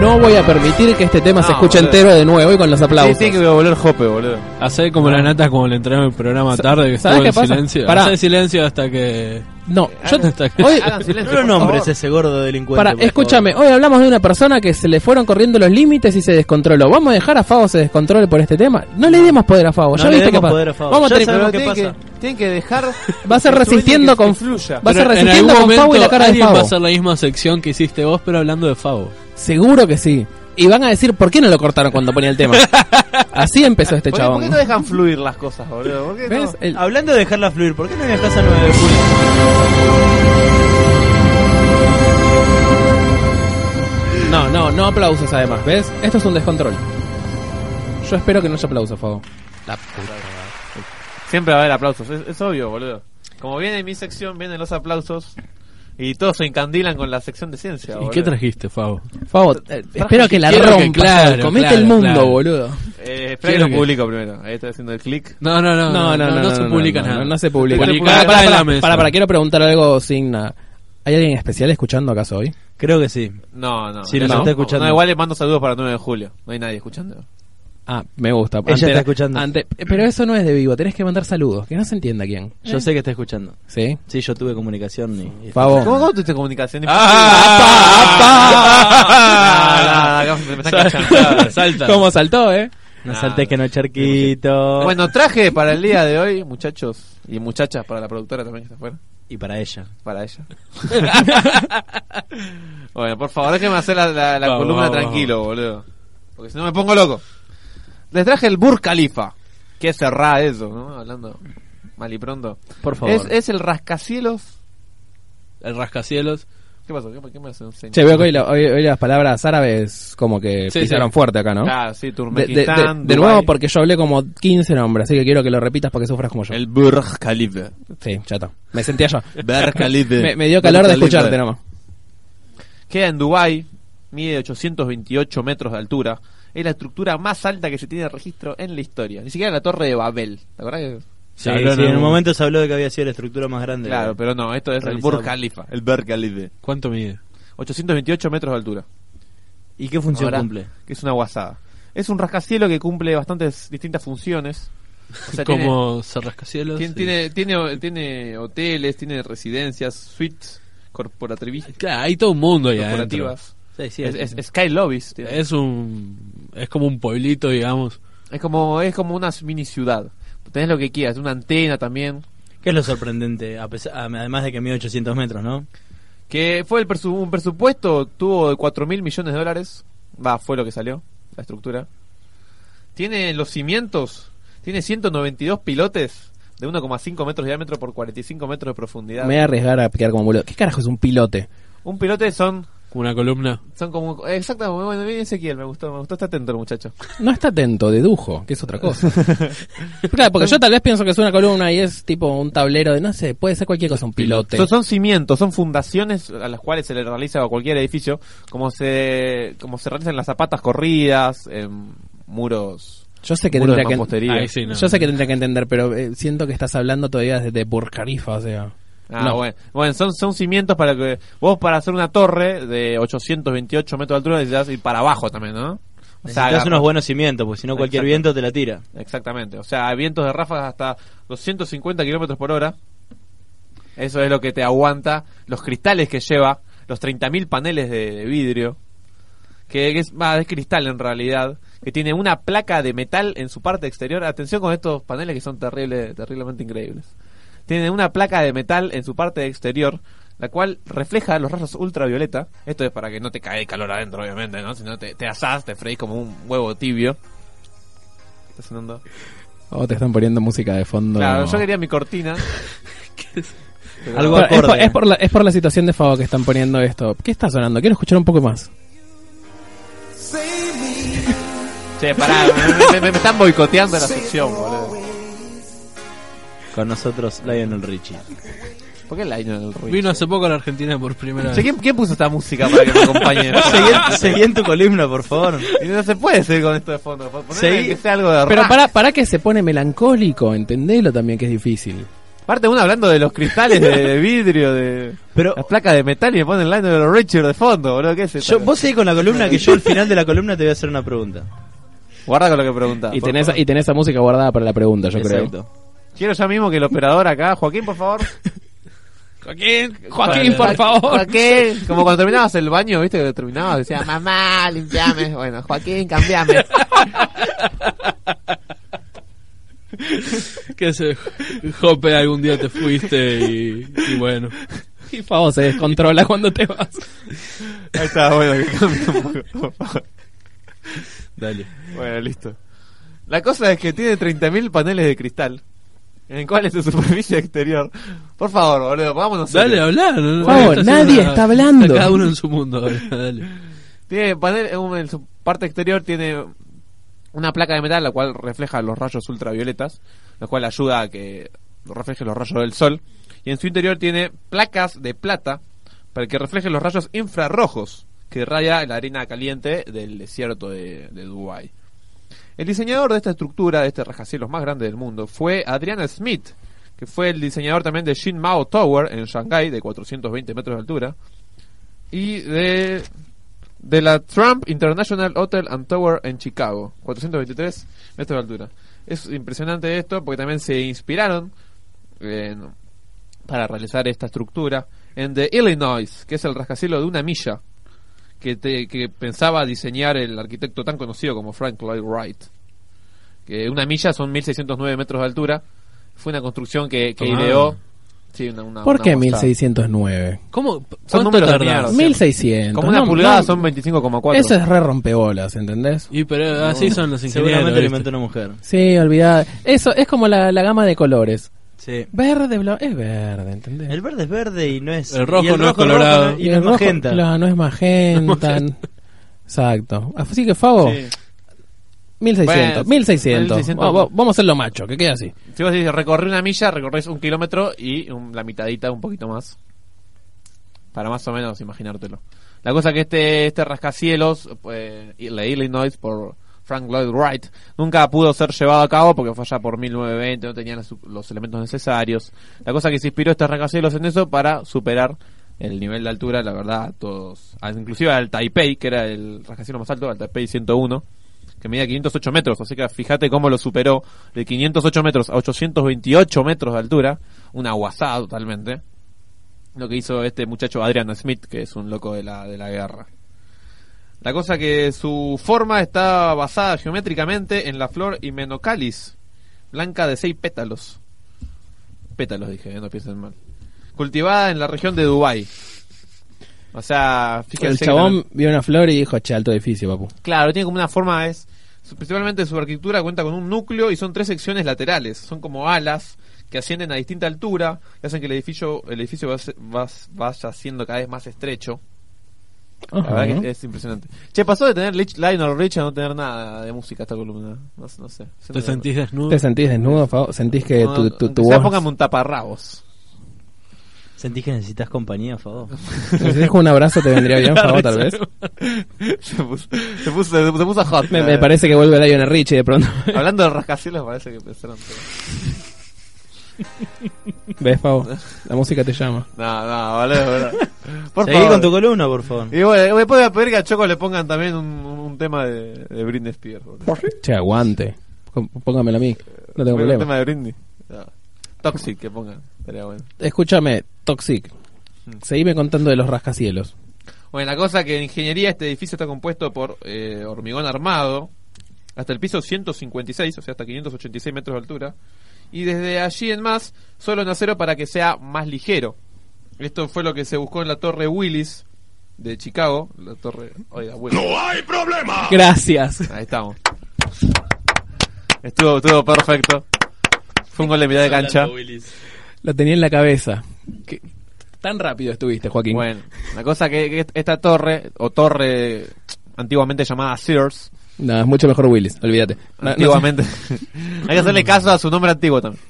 No voy a permitir que este tema se No, escuche boludo. entero de nuevo y con los Sí, aplausos. tiene que volver Jope, boludo. Hacer como la nata como le entraron el programa tarde que estuvo ¿sabes Ah. qué en pasa? silencio. Pará. Hacer silencio hasta que No, yo hasta que- hoy, Hagan silencio. No lo por nombres favor. ese gordo delincuente. para, por favor. escúchame, hoy hablamos de una persona que se le fueron corriendo los límites y se descontroló. ¿Vamos a dejar a Favo se descontrole por este tema? No le demos poder a Favo, No ya le viste demos qué pasa. poder a Favo. Vamos a Ya tener- sabemos Pero qué tienen que, pasa. tienen que dejar. va a ser que su resistiendo línea que con fluya. va a ser Pero en resistiendo algún con Favo y momento la cara de alguien va a Favo. hacer la misma sección que hiciste vos, pero hablando de Favo. Seguro que sí. Y van a decir, ¿por qué no lo cortaron cuando ponía el tema? Así empezó este ¿Por qué, ¿Por qué chabón. no dejan fluir las cosas, boludo? ¿Por qué no? Ah, ¿Ves? El- Hablando de dejarla fluir, ¿por qué no viajas a 9 de julio? No, no, no aplausos además, ¿ves? Esto es un descontrol. Yo espero que no haya aplausos, Favo. Siempre va a haber aplausos, es, es obvio, boludo. Como viene mi sección, vienen los aplausos. Y todos se encandilan con la sección de ciencia, ¿Y boludo. qué trajiste, Favo? Favo, eh, espero que la Quiero que- rompas. claro, comete claro, el mundo, claro. boludo. Eh, espera que Quiero lo que- publico primero. Ahí estoy haciendo el clic. No, no, no, No, no, no, se no, publica no, nada. No, no se publica. Publicá Para, acá para, en la para, mesa. para, para, quiero preguntar algo sin nada. ¿Hay alguien especial escuchando acaso hoy? Creo que sí. No, no. Sí, nos no, está escuchando. No, igual le mando saludos para el 9 de julio. No hay nadie escuchando. Ah, me gusta. Ella está escuchando. ante- eh, pero eso no es de vivo, tenés que mandar saludos, que no se entienda quién. Yo sé que está escuchando. ¿Sí? Sí, yo tuve comunicación y... y- Favo. ¿Cómo, cómo tuviste comunicación? ¡Ah! No, no, no, me están Sal- cachando. Salta. ¿Cómo saltó, eh? No Ah, saltes que no charquito. Bueno, traje para el día de hoy, muchachos y muchachas, para la productora también que está afuera. Y para ella. Para ella. bueno, por favor, déjenme hacer la, la- la Vamos, columna vamos, tranquilo, boludo. Porque si no me pongo loco. Les traje el Burj Khalifa. Qué cerrada eso, ¿no? Hablando mal y pronto. Por favor. Es, es el rascacielos. El rascacielos. ¿Qué pasó? ¿Qué, qué me hace un señal? Che, veo que hoy, la- hoy- hoy las palabras árabes como que Sí, pisaron sí. fuerte acá, ¿no? Ah, sí, De, de- de- Turmekistán, de Dubái. nuevo porque yo hablé como 15 nombres, así que quiero que lo repitas para que sufras como yo. El Burj Khalifa. Sí, chato. Me sentía yo. Burj Khalifa. Me, me dio calor de Burj Khalifa. escucharte nomás. Queda en Dubái, mide 828 metros de altura. Es la estructura más alta que se tiene registro en la historia. Ni siquiera la Torre de Babel. ¿Te acordás? que- Sí, Se habló sí, en algún- un momento se habló de que había sido la estructura más grande. Claro, pero no, esto es Realizado. el Burj Khalifa. El Burj Khalifa. ¿Cuánto mide? 828 metros de altura. ¿Y qué función Ahora, cumple? Que es una guasada. Es un rascacielo que cumple bastantes distintas funciones. O sea, tiene- como se rascacielos. tiene, y- tiene, tiene, tiene hoteles, tiene residencias, suites corporativas. Claro, hay todo un mundo ahí adentro. corporativas. Sí, sí, Es, es- es- Sky Lobbies. tiene. Es un es como un pueblito, digamos. Es como, es como una mini ciudad. Tenés lo que quieras, una antena también. ¿Qué es lo sorprendente? A pesar- a- además de que mide 800 metros, ¿no? Que fue el presu- un presupuesto, tuvo de 4 mil millones de dólares. Va, fue lo que salió, la estructura. Tiene los cimientos, tiene 192 pilotes de 1,5 metros de diámetro por 45 metros de profundidad. Me voy a arriesgar a quedar como boludo. ¿Qué carajo es un pilote? Un pilote son, Como una columna. son como... Exactamente, bueno, bien Ezequiel, me gustó, me gustó, está atento el muchacho. No está atento, dedujo, que es otra cosa. claro, porque yo tal vez pienso que es una columna y es tipo un tablero de, no sé, puede ser cualquier cosa, un pilote. Son, son cimientos, son fundaciones a las cuales se le realiza a cualquier edificio, como se, como se realizan las zapatas corridas, en muros... Yo sé que muros de tendría que... mampostería. Ahí sí, no. Yo sé que tendría que entender, pero eh, siento que estás hablando todavía desde Burj Khalifa, o sea... Ah, No. bueno. Bueno, son, son cimientos para que vos para hacer una torre de 828 metros de altura necesitas ir para abajo también, ¿no? O sea, Necesitas agarra- unos buenos cimientos, porque si no cualquier pues. Exacto. viento te la tira. Exactamente. O sea, vientos de ráfagas hasta 250 kilómetros por hora. Eso es lo que te aguanta. Los cristales que lleva. Los 30.000 paneles de, de vidrio. Que es, va, es cristal en realidad. Que tiene una placa de metal en su parte exterior. Atención con estos paneles que son terribles, terriblemente increíbles. Tiene una placa de metal en su parte exterior. La cual refleja los rayos ultravioleta. Esto es para que no te caiga el calor adentro, obviamente, ¿no? Si no te, te asás, te freís como un huevo tibio. ¿Está sonando? O te están poniendo música de fondo. Claro, yo quería mi cortina. Pero- Algo Pero es, acorde. por, es por la, es por la situación de Favo que están poniendo esto. ¿Qué está sonando? Quiero escuchar un poco más. Che, pará, me, me- me- me están boicoteando la sección, boludo. Con nosotros Lionel Richie. ¿Por qué Lionel Richie? Vino hace poco a la Argentina por primera Che, vez. ¿quién, quién puso esta música para que me acompañe? seguí, en- seguí en tu columna, por favor. Y no se puede seguir con esto de fondo. Ponerle Seguí. que sea algo de Pero rock. para, para que se pone melancólico, entendelo también que es difícil. Aparte uno hablando de los cristales de, de vidrio, de Pero- las placas de metal y me ponen Lionel Richie de fondo, boludo. ¿Qué es esto? Yo, vos seguís con la columna que yo al final de la columna te voy a hacer una pregunta. Guarda con lo que preguntás. Y Ah, por tenés, favor. y tenés esa música guardada para la pregunta, yo creo. Exacto. Quiero ya mismo que el operador acá, Joaquín, por favor. Joaquín, por favor. Joaquín, como cuando terminabas el baño, viste que terminabas, "Ah, decía, mamá, limpiame. Bueno, Joaquín, cambiame. Que se Jope algún día te fuiste y, y bueno. Y Favo se descontrola cuando te vas. Ahí está, bueno, que cambie un poco. Dale. Bueno, listo. La cosa es que tiene 30.000 paneles de cristal. En cuales su superficie exterior. Por favor, boludo, vámonos. Dale, serios. habla. No, no, Por favor, estás nadie haciendo está nada. hablando. cada uno en su mundo. ahora, Dale. Tiene panel, en, en su parte exterior tiene una placa de metal la cual refleja los rayos ultravioletas, lo cual ayuda a que refleje los rayos del sol. Y en su interior tiene placas de plata para que refleje los rayos infrarrojos que irradia la arena caliente del desierto de, de Dubái. El diseñador de esta estructura, de este rascacielos más grande del mundo, fue Adrian Smith, que fue el diseñador también de Shin Mao Tower en Shanghái, de 420 metros de altura, y de de la Trump International Hotel and Tower en Chicago, 423 metros de altura. Es impresionante esto porque también se inspiraron en- para realizar esta estructura en The Illinois, que es el rascacielos de una milla que, te- que pensaba diseñar el arquitecto tan conocido como Frank Lloyd Wright. Que una milla son 1609 metros de altura. Fue una construcción que, que Ah. ideó. Sí, una- una- ¿Por una qué gozada. 1609? ¿Cómo? Son ¿Cuánto números de tardás? mierda. 1600. Como una no, pulgada no, son 25,4. Eso es re rompebolas, ¿entendés? Y pero así son los ingenieros. Seguramente lo ¿viste? inventó una mujer. Sí, olvidada. Eso es como la, la gama de colores. Sí. Verde, bla, es verde, ¿entendés? El verde es verde y no es. El rojo y no es colorado. no- y no es rojo, magenta. claro, no es magenta. Exacto. Así que, Favo, Sí. 1600. Bueno, 1600. 1600. Va- va- vamos a hacerlo macho, que quede así. Si vos decís recorrer una milla, recorres un kilómetro y un- la mitadita, un poquito más. Para más o menos imaginártelo. La cosa que este, este rascacielos, eh, la Illinois por Frank Lloyd Wright, nunca pudo ser llevado a cabo porque fue allá por 1920, no tenían las- los elementos necesarios. La cosa que se inspiró este rascacielos en eso para superar el nivel de altura, la verdad, a todos. a- Inclusive al Taipei, que era el rascacielos más alto, al Taipei 101 que medía 508 metros, así que fíjate cómo lo superó de 508 metros a 828 metros de altura, una guasada totalmente, lo que hizo este muchacho Adrian Smith, que es un loco de la, de la guerra. La cosa que su forma está basada geométricamente en la flor Himenocalis, blanca de seis pétalos. Pétalos dije, eh, no piensen mal. Cultivada en la región de Dubái. O sea, fíjense. El que chabón vio una flor y dijo, che, alto edificio, papu. Claro, tiene como una forma, es su- principalmente su arquitectura cuenta con un núcleo y son tres secciones laterales, son como alas que ascienden a distinta altura y hacen que el edificio el edificio va se- va- vaya siendo cada vez más estrecho. Ajá. La verdad que es impresionante. Che, pasó de tener Lich- Lionel Richie a no tener nada de música esta columna. No, sé- no sé. Siento ¿Te que- sentís desnudo? ¿Te sentís desnudo, Favo? ¿Sentís que No, tu, tu, tu aunque sea, voz... póngame un taparrabos. ¿Sentís que necesitas compañía, favor? Si te dejo un abrazo te vendría bien, Favo, tal vez? se, puso, se, puso, se puso hot. Me, me parece que vuelve Lionel Richie de pronto. Hablando de rascacielos, parece que empezaron. todo. ¿Ves, Favo? La música te llama. No, no, vale, vale. Por Seguí favor. con tu columna, por favor. Y bueno, después voy a pedir que a Choco le pongan también un, un un tema de, de Britney Spears. boludo. Che, aguante. Pó- Póngamelo a mí. No tengo Bueno, Un problema. tema de Britney. Ah. Toxic que pongan. Estaría bueno. Escúchame, Toxic. Mm. Seguime contando de los rascacielos. Bueno, la cosa que en ingeniería este edificio está compuesto por eh, hormigón armado hasta el piso 156, o sea, hasta 586 metros de altura. Y desde allí en más, solo en acero para que sea más ligero. Esto fue lo que se buscó en la Torre Willis de Chicago. La Torre. Oiga, Willis. Gracias. Ahí estamos. Estuvo, estuvo perfecto. Fue un gol de mitad de cancha. Lo tenía en la cabeza. Qué- Tan rápido estuviste, Joaquín. Bueno, la cosa que, que esta torre, o torre antiguamente llamada Sears, No, es mucho mejor Willis, olvídate. No- no- Antiguamente. Hay que hacerle caso a su nombre antiguo también.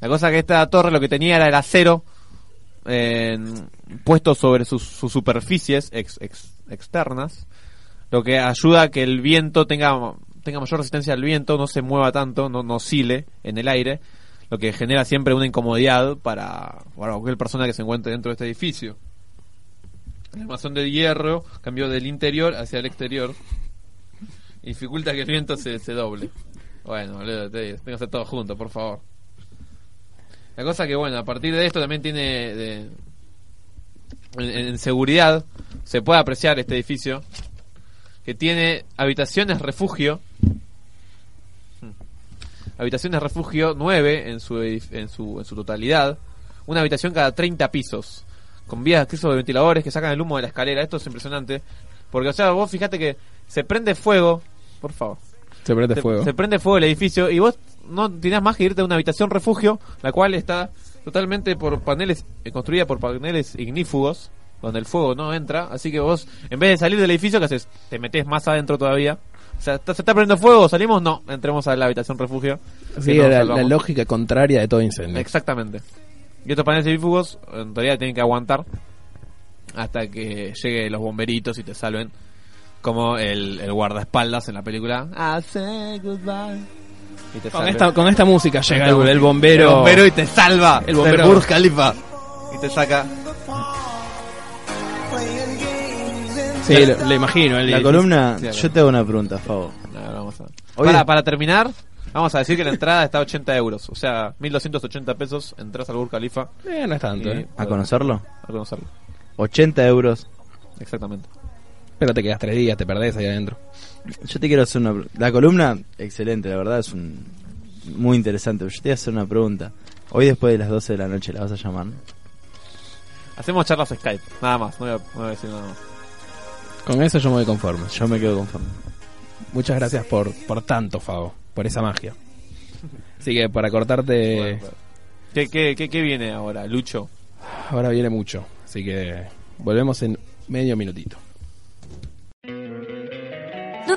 La cosa que esta torre lo que tenía era el acero eh, puesto sobre sus, sus superficies ex- ex- externas, lo que ayuda a que el viento tenga, tenga mayor resistencia al viento, no se mueva tanto, no, no oscile en el aire, lo que genera siempre una incomodidad para, para cualquier persona que se encuentre dentro de este edificio. La armazón de hierro cambió del interior hacia el exterior. Y Dificulta que el viento se, se doble. Bueno, boludo, te digo, tengo que hacer todo junto, por favor. La cosa que, bueno, a partir de esto también tiene. de- en, en seguridad, se puede apreciar este edificio. Que tiene habitaciones refugio. Hmm. Habitaciones refugio 9 en su, edif- en su, en su totalidad. Una habitación cada 30 pisos. Con vías de acceso de ventiladores que sacan el humo de la escalera. Esto es impresionante. Porque, o sea, vos fijate que se prende fuego. Por favor. se prende Se- fuego. Se prende fuego el edificio y vos no tenés más que irte a una habitación refugio, la cual está totalmente por paneles, eh, construida por paneles ignífugos, donde el fuego no entra. Así que vos, en vez de salir del edificio, ¿qué haces? Te metés más adentro todavía. O sea, está- se está prendiendo fuego, salimos, no, entremos a la habitación refugio. Sí, Que nos la, la salvamos. lógica contraria de todo incendio. Exactamente. Y estos paneles ignífugos, en teoría, tienen que aguantar hasta que lleguen los bomberitos y te salven. Como el, el guardaespaldas en la película. I say goodbye. Y te Con salven. esta, con esta música llega el, el bombero. El y te salva. El bombero. Del Burj Khalifa. Y te saca. Sí, lo, lo imagino. el- La columna, Sí, acá. yo te hago una pregunta, Fabo. No, no, vamos a- Oye. Para, para terminar, vamos a decir que la entrada está a 80 euros. O sea, 1280 pesos. Entras al Burj Khalifa Eh, no es tanto, Sí. eh. ¿A conocerlo? a conocerlo. 80 euros. Exactamente. Pero te quedas tres días, te perdés ahí adentro. Yo te quiero hacer una pre- La columna, excelente, la verdad, es un muy interesante. Yo te voy a hacer una pregunta. Hoy después de las 12 de la noche la vas a llamar. Hacemos charlas Skype. Nada más. No voy a, no voy a decir nada más. Con eso yo me voy conforme. Yo me quedo conforme. Muchas gracias por, por tanto, Fabo. Por esa magia. Así que para cortarte, Bueno, bueno. ¿Qué, qué, qué, qué viene ahora, Lucho? ahora viene mucho. Así que volvemos en medio minutito. ¿No